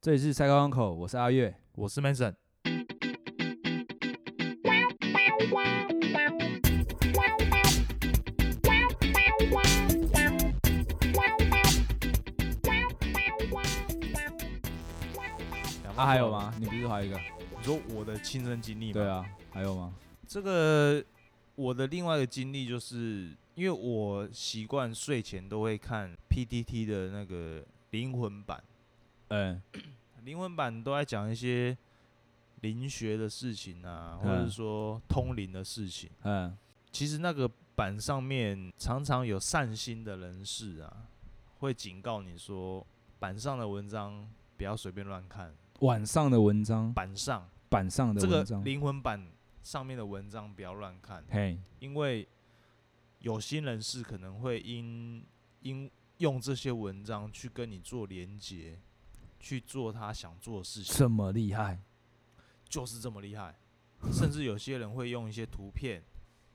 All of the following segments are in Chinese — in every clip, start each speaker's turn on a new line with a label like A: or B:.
A: 这里是赛高港口，我是阿月。
B: 我是 Mason。
A: 啊，还有？吗？你不是还有一个？
B: 你说我的亲身经历吗？
A: 对，啊，还有吗？
B: 这个我的另外一个经历就是，因为我习惯睡前都会看 PTT 的那个灵魂版，
A: 嗯，
B: 灵魂版都在讲一些灵学的事情啊，或
A: 嗯
B: 者是说通灵的事情。
A: 嗯，
B: 其实那个版上面常常有善心的人士啊，会警告你说，版上的文章不要随便乱看，
A: 晚上的文章，
B: 版上
A: 板上的
B: 这个
A: 文章，
B: 灵魂版上面的文章不要乱看，
A: 嘿，
B: 因为有心人士可能会因因用这些文章去跟你做连接，去做他想做的事情，
A: 这么厉害，
B: 就是这么厉害。甚至有些人会用一些图片，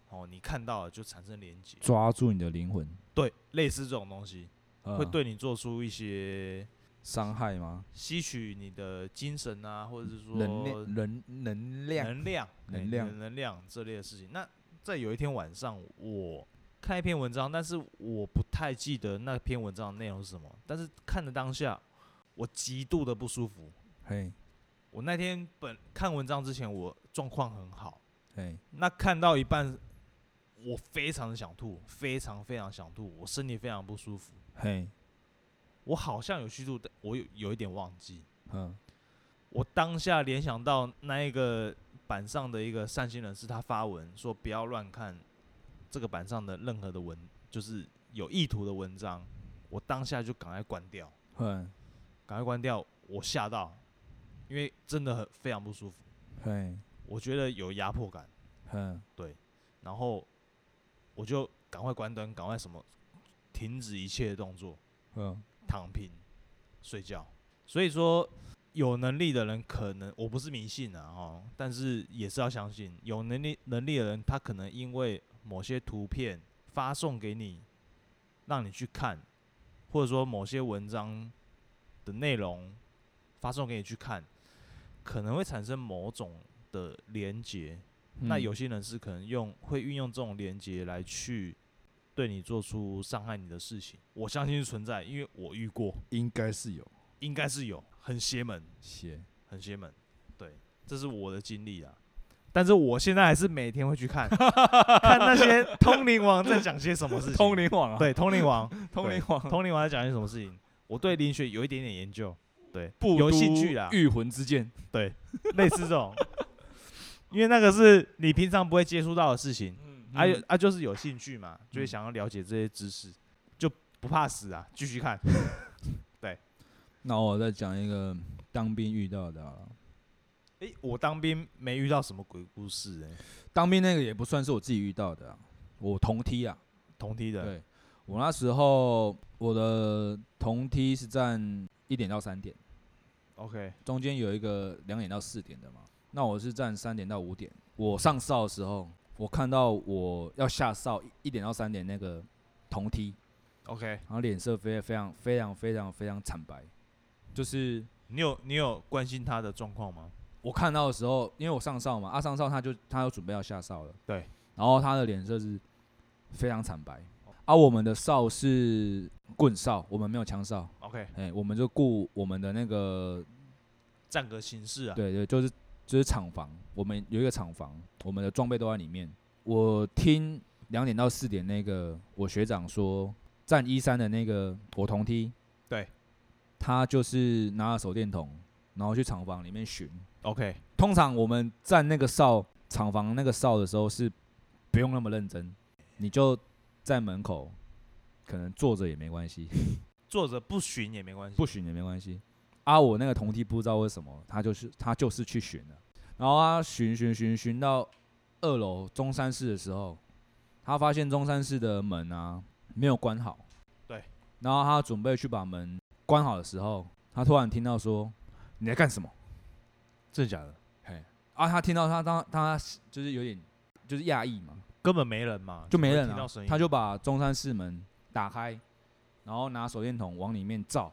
B: 哦，你看到了就产生连接，
A: 抓住你的灵魂，
B: 对，类似这种东西
A: 呃
B: 会对你做出一些
A: 伤害吗？
B: 吸取你的精神啊，或者是说
A: 能量，能能量，
B: 能量、
A: 能
B: 哎
A: 量
B: 能量这类的事情。那在有一天晚上，我看一篇文章，但是我不太记得那篇文章的内容是什么。但是看的当下，我极度的不舒服。
A: 嘿，
B: 我那天本看文章之前，我状况很好。
A: 嘿，
B: 那看到一半，我非常的想吐，非常非常想吐，我身体非常不舒服。
A: 嘿，
B: 我好像有虚度，但我有有一点忘记。
A: 嗯，
B: 我当下联想到那一个板上的一个善心人士，他发文说不要乱看这个板上的任何的文，就是有意图的文章。我当下就赶快关掉，
A: 嗯，
B: 赶快关掉，我吓到，因为真的很非常不舒服，
A: 嘿，
B: 我觉得有压迫感，
A: 嗯，
B: 然后我就赶快关灯，赶快什么停止一切的动作，
A: 嗯，
B: 躺平睡觉。所以说，有能力的人可能我不是迷信啊哦，但是也是要相信有能力能力的人，他可能因为某些图片发送给你，让你去看，或者说某些文章的内容发送给你去看，可能会产生某种的连结。那
A: 嗯
B: 有，些人是可能用会运用这种连接来去对你做出伤害你的事情，我相信是存在，因为我遇过，
A: 应该是有
B: 应该是有，很邪门，
A: 写，
B: 很邪门，对，这是我的经历啊。但是我现在还是每天会去看， 看那 些通灵王在讲些什么事情。
A: 通灵网啊，，
B: 对通 灵王，
A: 通灵
B: 对
A: 网，
B: 通灵王在讲些什么事情？我对灵学有一点点研究，对，
A: 不
B: 有
A: 都
B: 兴趣啦，
A: 御啊魂之剑，
B: 类似 这种，因为那个是你平常不会接触到的事情。
A: 嗯
B: 啊有，啊，就是有兴趣嘛，就会
A: 嗯
B: 想要了解这些知识，就不怕死啊，继续看。
A: 那我再讲一个当兵遇到的好啊了。
B: 诶，我当兵没遇到什么鬼故事、欸，
A: 当兵那个也不算是我自己遇到的、啊，我同梯啊。
B: 同梯的，
A: 对，我那时候我的同梯是站一点到三点，
B: ，OK，
A: 中间有一个两点到四点的嘛。那我是站三点到五点。我上哨的时候，我看到我要下哨一点到三点那个同梯，
B: ，OK，
A: 然后脸色非非常非常非常非常惨白，就是
B: 你有你有关心他的状况吗？
A: 我看到的时候，因为我上哨嘛，啊上哨他就他就准备要下哨了，
B: 对，
A: 然后他的脸色是非常惨白，啊我们的哨是棍哨，我们没有枪哨，
B: ，OK，
A: 哎、我们就顾我们的那个，
B: 战个形势啊，
A: 对对，就是就是厂房，我们有一个厂房，我们的装备都在里面。我听两点到四点那个我学长说，站一三的那个我同梯，
B: 对，
A: 他就是拿了手电筒，然后去厂房里面巡，
B: ，OK，
A: 通常我们站那个哨厂房那个哨的时候是不用那么认真，你就在门口，可能坐着也没关系，
B: 作者不寻也没关系，
A: 不巡也没关系。啊，我那个同梯不知道为什么，他就是他就是去巡了，然后他巡巡巡巡到二楼中山室的时候，他发现中山室的门啊没有关好，
B: 对，
A: 然后他准备去把门关好的时候，他突然听到说你在干什么？
B: 真的假的？
A: 啊，他听到他当他就是有点就是讶异嘛，
B: 根本没人嘛，
A: 就没
B: 会
A: 人
B: 听
A: 啊
B: 到声，音
A: 他就把中山室门打开，然后拿手电筒往里面照，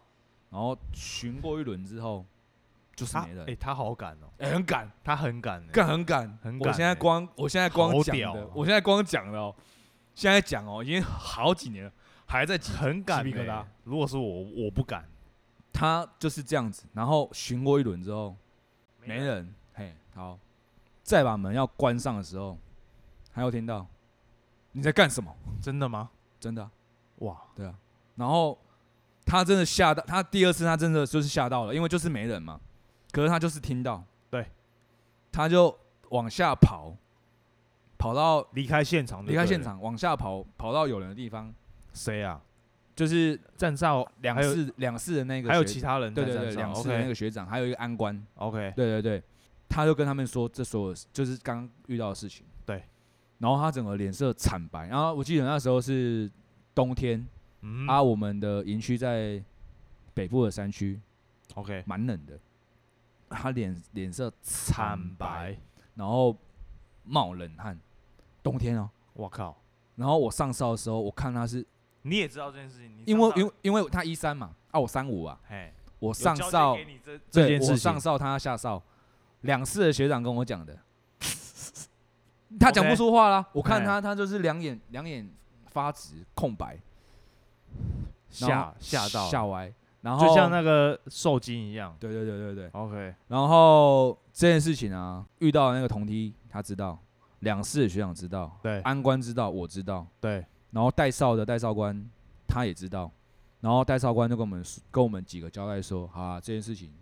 A: 然后巡过一轮之后，就是
B: 他
A: 没人
B: 哎、。他好敢哦、
A: 啊哎、很敢，
B: 他很敢、欸，
A: 敢很哎敢，
B: 很
A: 我
B: 敢
A: 现在
B: 欸
A: 光，我现在光
B: 好
A: 讲
B: 屌
A: 的
B: 哦，
A: 我现在光讲的哦，现在讲哦，已经好几年了，还在讲。
B: 很敢、
A: 皮疙
B: 欸
A: 瘩
B: 如果是我，我不敢。
A: 他就是这样子，然后巡过一轮之后，没人，嘿，好，再把门要关上的时候，还有听到你在干什么？
B: 真的吗？
A: 真的啊、
B: 哇，
A: 对啊。然后他真的吓到，他第二次他真的就是吓到了，因为就是没人嘛。可是他就是听到，
B: 对，
A: 他就往下跑，跑到
B: 离开现场，
A: 离开现，场，往下跑，跑到有人的地方，
B: 谁啊？
A: 就是
B: 站哨
A: 两
B: 还有
A: 室两室的那个
B: 还有
A: 学
B: 其他人在
A: 对对
B: 站
A: 对
B: 哨
A: 两室的那
B: OK
A: 个学长，还有一个安官，
B: OK，
A: 对对对，他就跟他们说这所有事就是刚遇到的事情。
B: 对，
A: 然后他整个脸色惨白。然后我记得那时候是冬天，
B: 嗯
A: 啊，我们的营区在北部的山区，
B: ，OK，
A: 蛮冷的。他脸脸色惨
B: 惨
A: 白，
B: 白，
A: 然后冒冷汗，冬天哦。
B: 我靠，
A: 然后我上哨的时候，我看他是
B: 你也知道这件事情，你
A: 因为
B: 上
A: 因
B: 哨
A: 为因为他一三嘛，啊我三五啊，
B: 哎，
A: 我
B: 有
A: 上
B: 交接
A: 哨
B: 给你这这
A: 对，
B: 件事
A: 我上
B: 情，
A: 哨，他下哨，两次的学长跟我讲 的，他讲不
B: OK
A: 出话啦。我看他，他就是两眼两眼发直，空白，然后
B: 吓吓到，
A: 吓歪，然后
B: 就像那个受惊一样。
A: 对对对对对，
B: OK，
A: 然后这件事情啊，遇到那个同梯他知道，两次的学长知道，
B: 对
A: 安官知道，我知道，
B: 对，
A: 然后带哨的带哨官他也知道，然后带哨官就跟我们说跟我们几个交代说，好啊，这件事情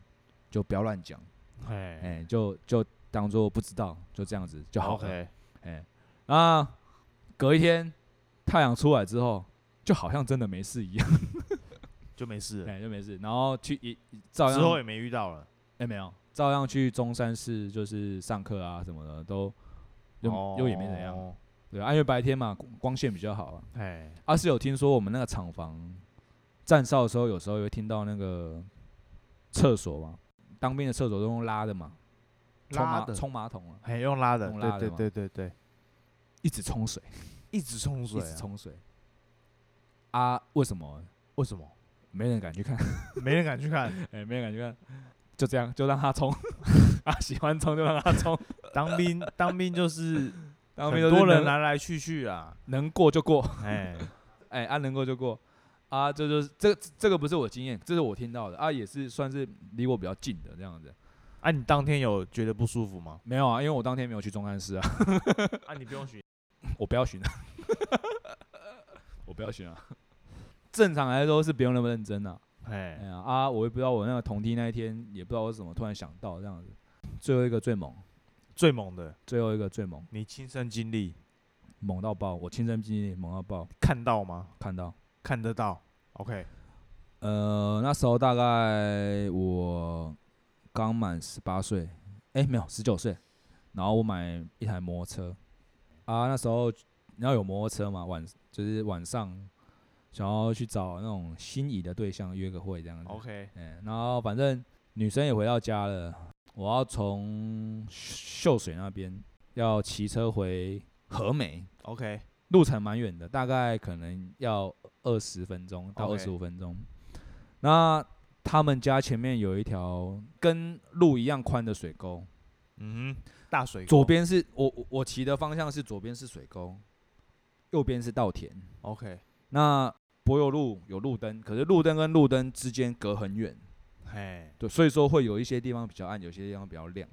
A: 就不要乱讲。
B: 哎
A: 哎、就就当做不知道，就这样子就好了。哎、
B: ，OK，
A: 那隔一天太阳出来之后，就好像真的没事一样，
B: 就没事了，
A: 哎、就没事。然后去也照
B: 之后
A: 样，
B: 也没遇到了。
A: 哎、没有，照样去中山市就是上课啊什么的，都又、
B: 哦
A: 又也没怎样。，对，啊因为白天嘛，光光线比较好啊。
B: 哎，
A: 啊，是有听说我们那个厂房站哨的时候，有时候也会听到那个厕所嘛，当兵的厕所都用拉的嘛，冲
B: 拉
A: 马
B: 的
A: 冲马桶啊，
B: 哎，用拉的，
A: 用拉的
B: 对
A: 嘛
B: 对对对对，
A: 一直冲水。
B: 一直冲水
A: 一
B: 啊，
A: 直冲水。啊，为什么
B: 为什么？
A: 没人敢去 看？
B: 没人敢去看。
A: 哎、没人敢去看，就这样，就让他 冲。啊，喜欢冲就让他 冲，
B: 当兵，当 兵就是
A: 然后
B: 很
A: 面就是
B: 多
A: 能
B: 人来来去去啊，
A: 能过就过，
B: 哎，
A: 哎、啊能过就过，啊，这就是这这个不是我经验，这是我听到的啊，也是算是离我比较近的这样子。
B: 啊，你当天有觉得不舒服吗？
A: 没有啊，因为我当天没有去中山市啊，
B: 啊，你不用学。
A: 我不要巡啊， 我不要巡啊。正常来说是不用那么认真啊，哎
B: 哎，
A: 呀啊，我也不知道我那个同梯那一天也不知道我怎么突然想到这样子。最后一个最猛，
B: 最猛的，
A: 最后一个最猛。
B: 你亲身经历
A: 猛到爆，我亲身经历猛到爆，
B: 看到吗？
A: 看到。
B: 看得到？OK，
A: 呃，那时候大概我刚满十八岁，哎、没有十九岁，然后我买一台摩托车，啊，那时候你要有摩托车嘛，晚就是晚上想要去找那种心仪的对象约个会这样子，
B: OK，
A: 嗯、然后反正女生也回到家了，我要从秀水那边要骑车回和美，
B: OK，
A: 路程蛮远的，大概可能要二十分钟到二
B: OK
A: 十五分钟。那他们家前面有一条跟路一样宽的水沟，
B: 嗯哼，大水沟
A: 左边是我我我骑的方向是左边是水沟，右边是稻田。
B: OK，
A: 那柏油路有路灯，可是路灯跟路灯之间隔很远，
B: 哎，
A: 对，所以说会有一些地方比较暗，有些地方比较亮。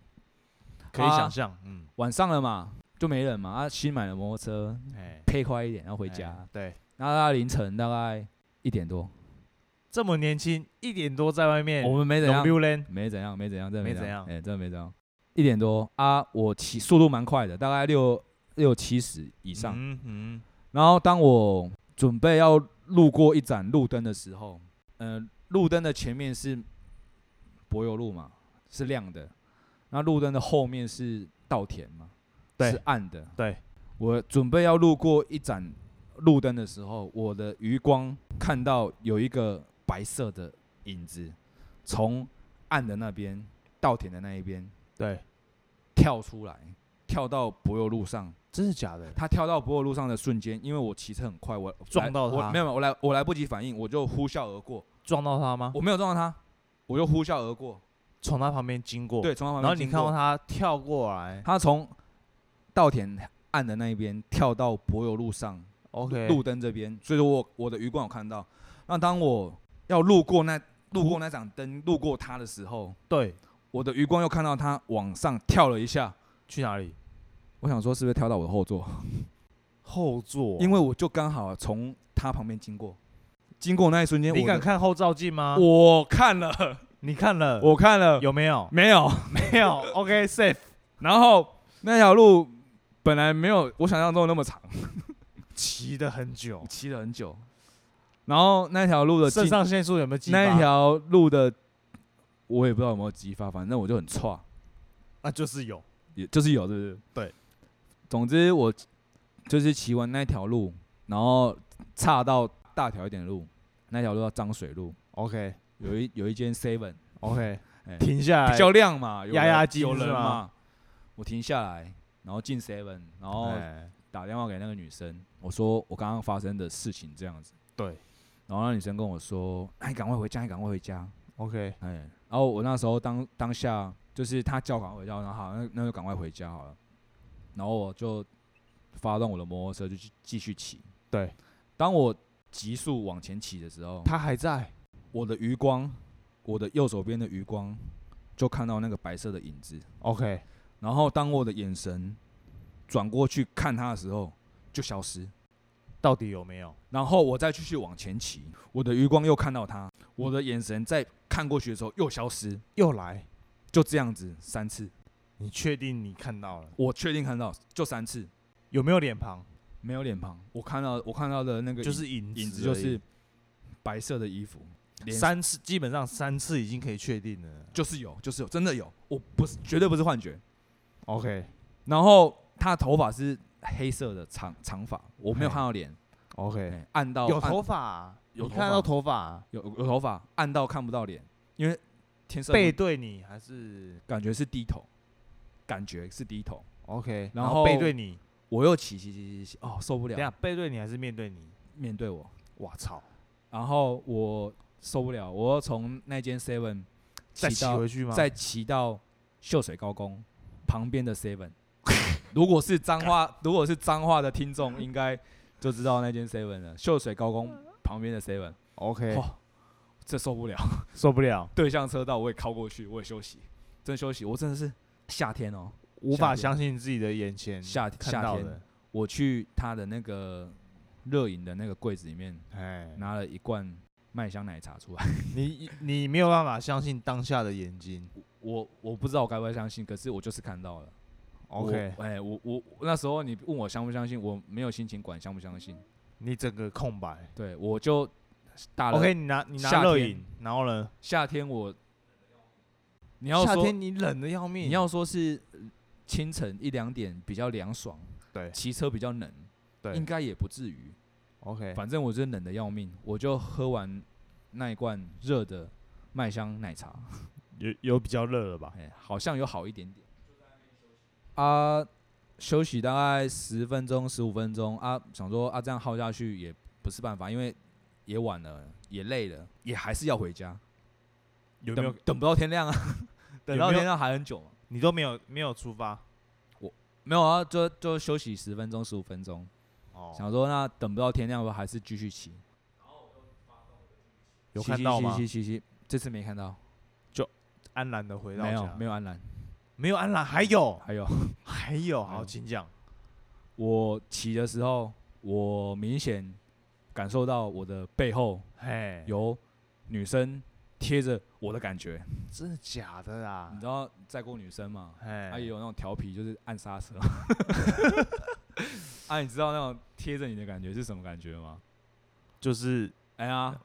B: 可以
A: 啊
B: 想象，嗯，
A: 晚上了嘛，就没人嘛，啊，新买的摩托车，
B: 哎，
A: 配快一点要回
B: 哎
A: 家。
B: 对，
A: 那大概凌晨大概一点多，
B: 这么年轻，一点多在外面，
A: 我们没怎样
B: 龙，溜连，
A: 没怎样，没怎样，真的
B: 没
A: 怎
B: 怎
A: 样，
B: 样
A: 哎、真的没怎样。一点多啊，我骑速度蛮快的，大概六六七十以
B: 以
A: 上。
B: 嗯嗯，
A: 然后当我准备要路过一盏路灯的时候，嗯，路灯的前面是柏油路嘛，是亮的。那路灯的后面是稻田嘛，
B: 对
A: 是暗的。
B: 对，
A: 我准备要路过一盏路灯的时候，我的余光看到有一个白色的影子从暗的那边、稻田的那一边
B: 对，
A: 跳出来，跳到柏油路上。
B: 真的假的？
A: 他跳到柏油路上的瞬间，因为我骑车很快，我
B: 撞到
A: 我
B: 他
A: 没有，没有我来我来不及反应，我就呼啸而过，
B: 撞到他吗？
A: 我没有撞到他，我就呼啸而过，
B: 从他旁边经过，
A: 对，从他旁边
B: 然后你
A: 经
B: 看到
A: 过
B: 他跳过来
A: 他从稻田岸的那一边跳到柏油路上
B: ，OK，
A: 路灯这边，所以说我我的余光有看到。那当我要路过那路过那盏灯，路过他的时候，
B: 对，
A: 我的余光又看到他往上跳了一下。
B: 去哪里？
A: 我想说是不是跳到我的后座？
B: 后座，
A: 因为我就刚好从他旁边经过，经过那一瞬间，
B: 你
A: 我
B: 敢
A: 的
B: 看后照镜吗？
A: 我看了，
B: 你看了，
A: 我看了，
B: 啊有没有？
A: 没有？
B: 没有，OK，safe，
A: 然后那条路本来没有我想象中的那么长，
B: 骑的很久，
A: 骑了很久。然后那条路的
B: 肾
A: 尽
B: 上腺素有没有激发？
A: 那一条路的，我也不知道有没有激发，反正我就很差，
B: 啊，就是有，
A: 也就是有，是不是？
B: 对。
A: 总之我就是骑完那条路，然后岔到大条一点的路，那条路叫脏水路，
B: OK
A: 有一有一间 Seven，
B: OK，
A: 哎
B: 停下来，
A: 比较亮嘛，有
B: 压
A: 人
B: 压惊
A: 有人
B: 是吗
A: 嘛。我停下来，然后进 Seven，然后
B: 哎
A: 打电话给那个女生，我说我刚刚发生的事情这样子，
B: 对
A: 然后那女生跟我说：“哎，你赶快回家，你赶快回家。”
B: ，OK，
A: 哎，然后我那时候当当下就是他叫我赶快回家，然后好，那那就赶快回家好了。然后我就发动我的摩托车就去继续骑。
B: 对，
A: 当我急速往前骑的时候，
B: 他还在，
A: 我的余光，我的右手边的余光就看到那个白色的影子。
B: OK，
A: 然后当我的眼神转过去看他的时候，就消失。
B: 到底有没有？
A: 然后我再继续往前骑，我的余光又看到他，我的眼神再看过去的时候又消失，
B: 又来，
A: 就这样子三次。
B: 你确定你看到了？
A: 我确定看到，就三次，
B: 有没有脸庞？
A: 没有脸庞。我看到我看到的那个
B: 就是影
A: 影子，
B: 子而已，
A: 就是白色的衣服，脸
B: 三次，基本上三次已经可以确定了。
A: 就是有，就是有，真的有，我不是绝对不是幻觉。
B: OK
A: 然后他头发是黑色的长长发，我没有
B: 嘿
A: 看到脸，
B: OK，
A: 哎按到
B: 有
A: 按
B: 头发，啊
A: 有
B: 你
A: 头
B: 看
A: 发
B: 到头发，啊
A: 有有头发，按到看不到脸，因为天色
B: 背
A: 不
B: 对你还是
A: 感觉是低头，感觉是低头。
B: OK，
A: 然
B: 后背
A: 后
B: 对你，
A: 我又骑骑骑骑骑，哦受不
B: 等一下
A: 了，
B: 背对你还是面对你？
A: 面对我，
B: 我操，
A: 然后我受不了，我又从那间 Seven
B: 再骑
A: 到
B: 回去吗？
A: 再骑到秀水高工旁边的 Seven。如 果是彰化，如果是彰化的听众，应该就知道那间 Seven 了。秀水高工旁边的 Seven，
B: OK，
A: 哇，这受不了！
B: 受不了，
A: 对向车道我也靠过去，我也休息，真休息。我真的是夏天哦，
B: 无
A: 夏
B: 法
A: 天
B: 相信自己的眼前
A: 夏
B: 看到
A: 夏天
B: 的，
A: 我去他的那个热饮的那个柜子里面
B: 哎，
A: 拿了一罐麦香奶茶出来。
B: 你你没有办法相信当下的眼睛。
A: 我我不知道我该不该相信，可是我就是看到了。
B: OK，
A: 我哎、我我我那时候你问我相不相信，我没有心情管相不相信，
B: 你整个空白。
A: 对我就打了。
B: OK，你拿你拿
A: 夏
B: 热
A: 天
B: 饮，然后呢？
A: 夏天我，你要
B: 夏
A: 说
B: 天你冷的要命，
A: 你要说是呃清晨一两点比较凉爽，
B: 对
A: 骑车比较冷，应
B: 对
A: 该也不至于。
B: OK
A: 反正我就是冷的要命，我就喝完那一罐热的麦香奶茶，
B: 有有比较热了吧？
A: 哎、好像有好一点点。啊，休息大概十分钟、十五分钟啊，想说啊这样耗下去也不是办法，因为也晚了，也累了，也还是要回家。
B: 有没
A: 等
B: 有
A: 等不到天亮啊？等
B: 有
A: 到
B: 没有
A: 天亮还很久嘛？
B: 你都没有没有出发
A: 没有啊，就就休息十分钟、十五分钟，
B: 哦？
A: 想说那等不到天亮，我还是继续骑。
B: 有
A: 骑
B: 看到吗
A: 骑？骑骑骑，这次没看到，
B: 安然的回到
A: 没有
B: 家，
A: 没有安澜，
B: 没有安然，还有
A: 还有。
B: 还有，好，
A: 有
B: 请讲。
A: 我骑的时候，我明显感受到我的背后
B: 嘿，
A: 有女生贴着我的感觉，
B: 真的假的
A: 你
B: 啊？
A: 知道载过女生吗？啊，也
B: 嘿，
A: 有那种调皮，就是按刹 车。啊，你知道那种贴着你的感觉是什么感觉吗？
B: 就是
A: 哎呀，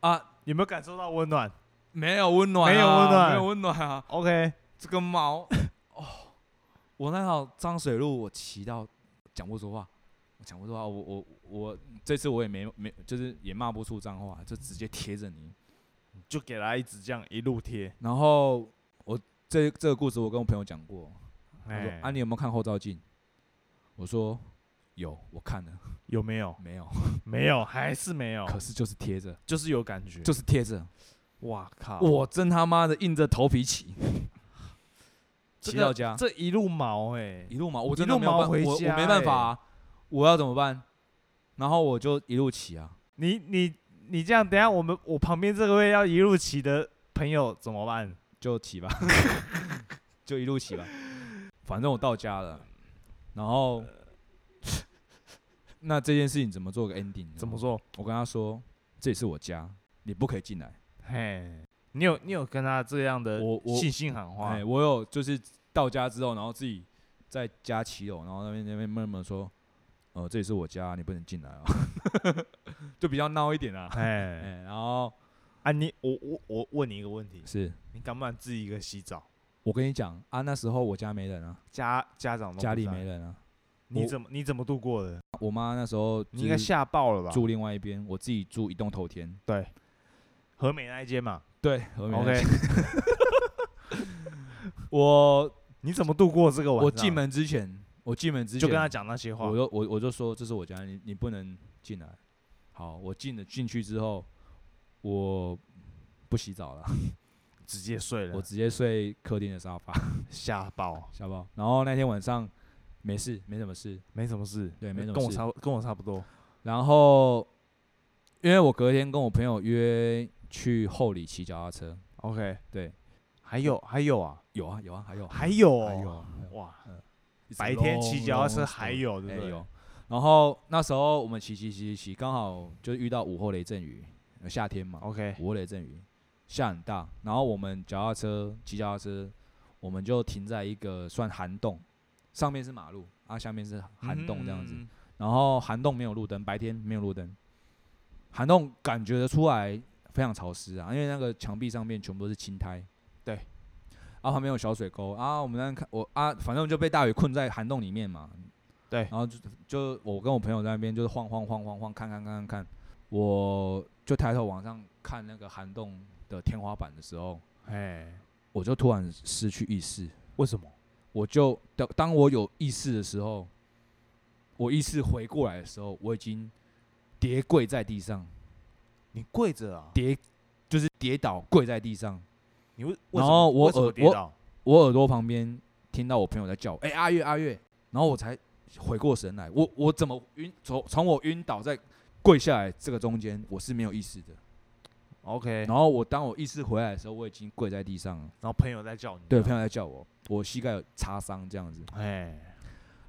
A: 啊，
B: 有没有感受到温暖
A: 没有温暖啊、
B: 哎没有温暖
A: 没有温暖啊！
B: ？OK，
A: 这个毛 哦，我那条脏水路我骑到讲不出话，我讲不出话，我我我这次我也没没就是也骂不出脏话，就直接贴着你。
B: 就给他一直这样一路贴。
A: 然后我这这个故事我跟我朋友讲过，他说
B: 哎：“
A: 啊，，你有没有看后照镜？”我说：“有，我看了，
B: 有 没有？
A: 没有，
B: 没有，还是没有，
A: 可是就是贴着，
B: 就是有感觉，
A: 就是贴着。
B: 哇靠！
A: 我真他妈的硬着头皮骑，骑
B: 这个
A: 到家
B: 这一路毛哎、
A: 一路嘛，我
B: 一
A: 真的
B: 路
A: 没有
B: 毛
A: 办，我
B: 回
A: 我
B: 家
A: 没办
B: 欸
A: 法、啊，我要怎么办？然后我就一路骑啊，
B: 你你你这样，等一下我们我旁边这个位要一路骑的朋友怎么办？
A: 就骑 吧，就一路骑吧。反正我到家了，然后那这件事情怎么做个 ending？呢
B: 呃怎么？做？
A: 我跟他说，这也是我家，你不可以进来。
B: 嘿，你有你有跟他这样的
A: 我我
B: 信心喊话
A: 哎，？我有就是到家之后，然后自己在家骑楼，然后那边那边闷闷说，呃，这也是我家，你不能进来啊， 就比较闹一点啊。
B: 哎
A: 哎，然后
B: 啊你我我我问你一个问题，
A: 是
B: 你敢不敢自己一个洗澡？
A: 我跟你讲啊，那时候我家没人啊，
B: 家家长都不
A: 家里
B: 在
A: 没，人啊，
B: 你
A: 我
B: 怎么你怎么度过的？
A: 我妈那时候
B: 你应该
A: 就是
B: 吓爆了吧？
A: 住另外一边，我自己住一栋头天。
B: 对，和美那一间嘛。
A: 对和美
B: OK，
A: 我
B: 你怎么度过这个晚上？
A: 我进门之前，我进门之前
B: 就跟他，讲那些话
A: 我。就我我就说这是我家，你你不能进来。好，我进了进去之后，我不洗澡了，
B: 直接睡了，
A: 我直接睡客厅的沙发，
B: 吓爆，
A: 小宝。然后那天晚上没事，没什么事。
B: 没什么事，
A: 对没什么
B: 跟我
A: 事
B: 差不跟我差不多，
A: 然后因为我隔天跟我朋友约去后里骑脚踏车，
B: OK，
A: 对，
B: 还有还有啊，
A: 有啊有啊，还有
B: 还有哦
A: 还有啊还有
B: 哇，
A: It's a
B: 白天
A: long,
B: 骑脚踏车
A: long
B: 还
A: story
B: 有对不
A: 哎
B: 对
A: 有。然后那时候我们骑骑骑骑，刚好就遇到午后雷阵雨，呃夏天嘛，
B: OK，
A: 午后雷阵雨下很大。然后我们脚踏车骑脚踏车，我们就停在一个算涵洞，上面是马路啊，下面是涵洞这样子。
B: 嗯
A: 然后涵洞没有路灯，白天没有路灯，涵洞感觉得出来非常潮湿啊，因为那个墙壁上面全部都是青苔。
B: 对，
A: 啊旁边有小水沟啊，我们在那看我啊，反正就被大雨困在涵洞里面嘛。
B: 对
A: 然后就就我跟我朋友在那边就是晃晃晃晃晃，看看看看看，我就抬头往上看那个涵洞的天花板的时候，
B: 哎，
A: 我就突然失去意识。
B: 为什么？
A: 我就当当我有意识的时候，我意识回过来的时候，我已经跌跪在地上，
B: 你跪着啊？
A: 跌就是跌倒跪在地上。
B: 你为
A: 然后我
B: 为什么
A: 耳
B: 跌倒？
A: 我耳朵旁边听到我朋友在叫我，哎、阿月阿月，然后我才回过神来，我我怎么晕从从我晕倒在跪下来这个中间，我是没有意识的。
B: OK，然
A: 然后我当我意识回来的时候，我已经跪在地上了，
B: 后朋友在叫你，啊
A: 对，朋友在叫我，我膝盖有擦伤这样子，
B: 哎，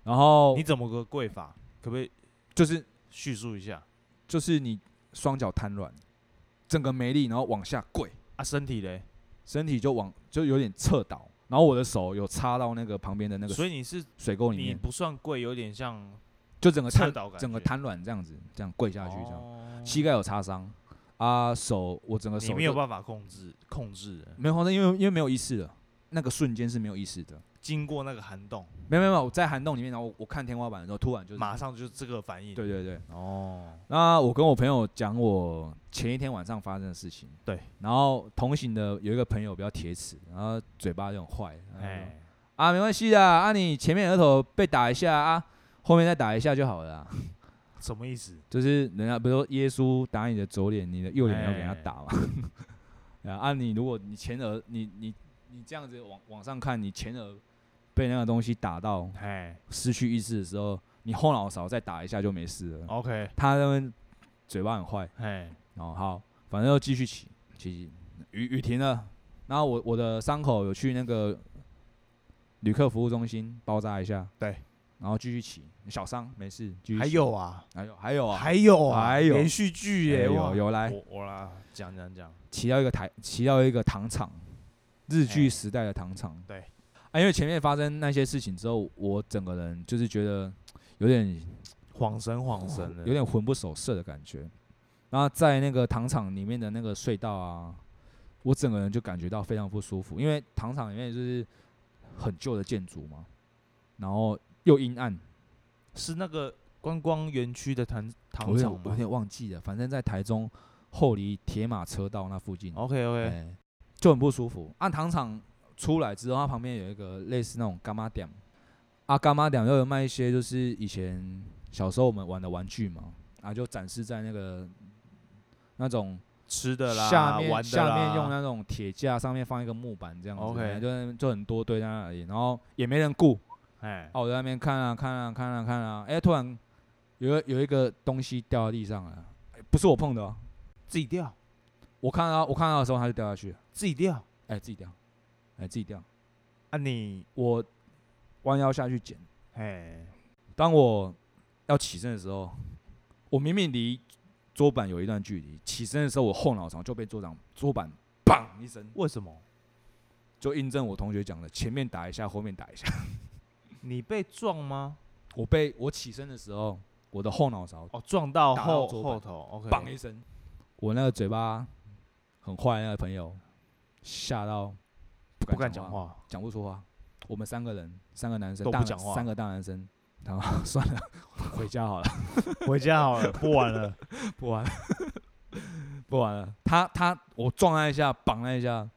A: 然后
B: 你怎么个跪法？可不可以
A: 就是
B: 叙述一下？
A: 就是你双脚瘫软，整个没力，然后往下跪，
B: 啊，身体嘞？
A: 身体就往就有点侧倒，然后我的手有插到那个旁边的那个
B: 所
A: 水
B: 以你是
A: 水沟里
B: 你
A: 面，
B: 不算跪，有点像
A: 就整个
B: 侧
A: 瘫
B: 倒感觉，哦
A: 整个瘫软这样子，这样跪下去这样，
B: 样
A: 膝盖有擦伤啊，手我整个手
B: 你没有
A: 就
B: 办法控制控制的，
A: 没有发生，因为因为没有意识了，那个瞬间是没有意识的，
B: 经过那个涵洞，
A: 没有没有没有，我在涵洞里面，然后我我看天花板的时候，突然就是
B: 马上就这个反应。
A: 对对对，
B: 哦，
A: 那我跟我朋友讲我前一天晚上发生的事情，
B: 对，
A: 然后同行的有一个朋友比较铁齿，然后嘴巴就很坏，哎，
B: 哎，
A: 啊没关系的，啊你前面额头被打一下啊，后面再打一下就好了啊、
B: 什么意思？
A: 就是人家不是说耶稣打你的左脸，你的右脸要给他
B: 哎
A: 打嘛，对 啊，啊你如果你前额你你你这样子往往上看，你前额被那个东西打到
B: 哎
A: 失去意识的时候，你后脑勺再打一下就没事了。
B: ，OK，
A: 他那边嘴巴很坏。
B: 哎，
A: 哦，好，反正就继续骑，骑骑，雨雨停了，然后我我的伤口有去那个旅客服务中心包扎一下，
B: 对，
A: 然后继续骑，小伤没事，继续
B: 还
A: 骑
B: 有啊，
A: 还有还有啊，
B: 还有啊，
A: 还有哎
B: 连续剧耶，
A: 有
B: 哇
A: 有有来
B: 我我啦，讲讲讲，
A: 骑到一个台，骑到一个糖厂，日
B: 哎
A: 剧时代的糖厂，
B: 对，
A: 啊，因为前面发生那些事情之后，我整个人就是觉得有点
B: 晃神晃神的，
A: 有点魂不守舍的感觉。然后在那个糖厂里面的那个隧道啊，我整个人就感觉到非常不舒服，因为糖厂里面就是很旧的建筑嘛，然后又阴暗，
B: 是那个观光园区的糖糖
A: 哦我有点
B: 厂
A: 我有
B: 吗
A: 点忘记了，反正在台中后离铁马车道那附近，
B: ？OK OK，
A: 哎就很不舒服。按、糖厂出来之后，它旁边有一个类似那种干妈店，啊，干妈店又有卖一些就是以前小时候我们玩的玩具嘛，啊，就展示在那个那种
B: 吃的啦，
A: 下
B: 玩
A: 面
B: 的
A: 下面
B: 啦
A: 用那种铁架，上面放一个木板这样子
B: OK
A: 就就很多堆在那里，然后也没人顾。
B: 哎
A: 啊，我在那边看啊看啊看啊看啊，哎、突然有个有一个东西掉在地上了，哎不是我碰的、哦，
B: 自己掉，
A: 我看到我看到的时候它就掉下去了，
B: 自己掉
A: 哎、自己掉，哎、自己掉，
B: 啊你
A: 我弯腰下去捡。
B: 哎
A: 当我要起身的时候，我明明离桌板有一段距离，起身的时候我后脑勺就被桌掌桌板砰一声，
B: 为什么
A: 就印证我同学讲的，前面打一下，后面打一下。
B: 你被撞吗？
A: 我被我起身的时候，我的后脑勺
B: 哦，撞到
A: 打到
B: 后
A: 桌板
B: 后头，OK，
A: 砰一声，我那个嘴巴很坏那个朋友吓到
B: 不
A: 不
B: 敢
A: 敢
B: 讲
A: 话，
B: 话，
A: 讲不出话。我们三个人，三个男生
B: 都不
A: 大男
B: 讲话
A: 三个大男生，然后 算了，回家好了。
B: 回家好 了，不玩了，
A: 不玩了， 不玩了。他他我撞他一下，绑他一下，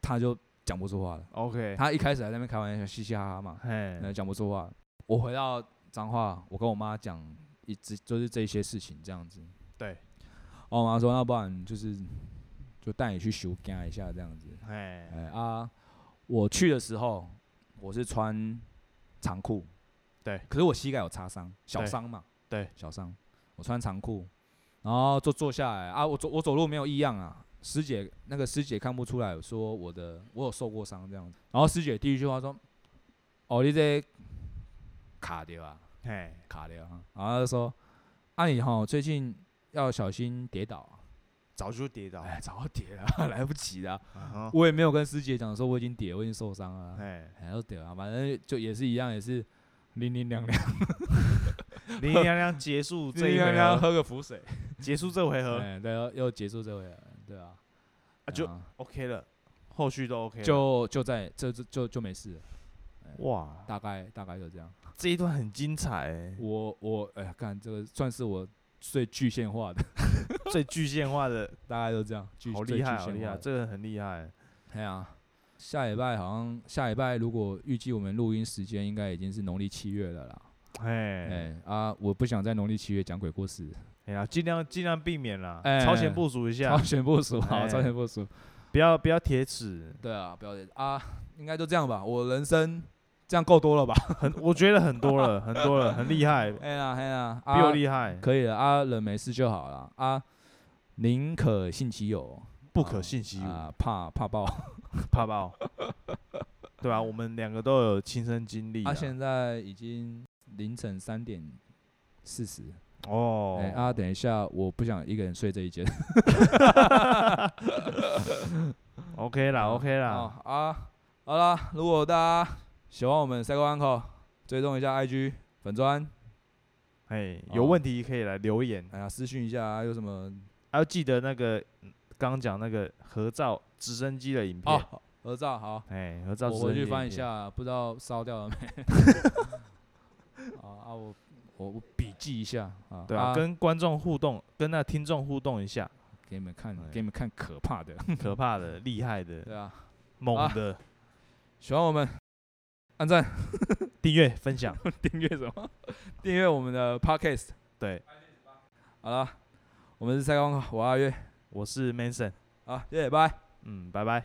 A: 他就讲不出话了。
B: OK，
A: 他一开始还在那边开玩笑，嘻嘻哈哈嘛，
B: 哎
A: 那讲不出话。我回到彰化，我跟我妈讲一直就是这些事情这样子。
B: 对，
A: 然后我妈说，要不然就是就带你去修干一下这样子。
B: 哎
A: 哎啊，我去的时候我是穿长裤，
B: 对，
A: 可是我膝盖有擦伤，小
B: 对
A: 伤嘛，
B: 对，
A: 小伤，我穿长裤，然后就坐下来啊，我走我走路没有异样啊，师姐那个师姐看不出来说我的我有受过伤这样子，然后师姐第一句话说，哦你这卡掉啊
B: 哎
A: 卡掉啊，然后她就说，啊你吼最近要小心跌倒、啊，
B: 早就跌倒，
A: 哎早跌了， 来不及了啊、
B: 嗯哼
A: 我也没有跟师姐讲说我已经跌，我已经受伤了啊、
B: 哎，
A: 还要屌啊，反正就也是一样，也是零零两 两，
B: 林娘娘结束这一回合，
A: 喝个浮水，
B: 结束这回合
A: 哎，对，又又结束这回合，对啊，
B: 啊就
A: 然后
B: OK 了，后续都 OK，了
A: 就就在这这就就没事了，
B: 哇，
A: 大概大概就这样。
B: 这一段很精彩 欸，
A: 我我哎呀，看这个算是我最具现化的，
B: 最具象化的，
A: 大概就这样，具
B: 好
A: 最
B: 厉害，
A: 具
B: 好
A: 现
B: 厉
A: 化
B: 害，
A: 的
B: 这个很厉害，
A: 哎呀、下礼拜好像下礼拜如果预计我们录音时间应该已经是农历七月了啦，
B: 哎
A: 哎啊，我不想在农历七月讲鬼故事，
B: 哎呀，尽量尽量避免啦，
A: 哎
B: 超前部署一下
A: 超，前部署好，
B: 哎
A: 超前部署。
B: 不要不要铁齿，
A: 对啊，不要紧啊， 应该就这样吧。我人生这样够多 了吧？
B: 很我觉得很多了，很多了，很厉害，比
A: 哎呀哎呀，啊
B: 我厉害，
A: 可以了啊，人没事就好了啊，宁可信其有，
B: 不可信其无。
A: 啊，怕怕 爆。
B: 怕爆，对啊，我们两个都有亲身经历、
A: 啊，现在已经凌晨三点四十，
B: 哦，
A: 哎啊，等一下，我不想一个人睡这一间。
B: o k 啦，OK 啦，
A: 哦啊，好啦，如果大家喜欢我们赛 n c l e 追踪一下 IG 粉砖，
B: 哎、
A: 哦
B: 有问题可以来留言，
A: 哎呀，私讯一下啊，有什么
B: 还要记得那个嗯刚刚讲那个合照直升机的影片，哎、
A: 哦合照好。
B: 合照直
A: 我
B: 升
A: 回
B: 机
A: 去
B: 的
A: 翻
B: 影
A: 一
B: 片，
A: 下，不知道烧掉了没。 啊啊，我我我笔记一下啊，
B: 对啊，跟观众互动，跟那听众互动一下，
A: 给你们看
B: 哎，
A: 给你们看可怕的，
B: 可怕的、厉害的、
A: 对啊，
B: 猛
A: 啊
B: 的，
A: 喜欢我们，按赞、
B: 订阅、分享，
A: 订阅什么？订阅我们的 podcast。
B: 对，
A: 好了，我们是赛光，我阿月，啊
B: 我是 Mason，
A: 好，谢谢，拜。
B: 嗯，拜拜。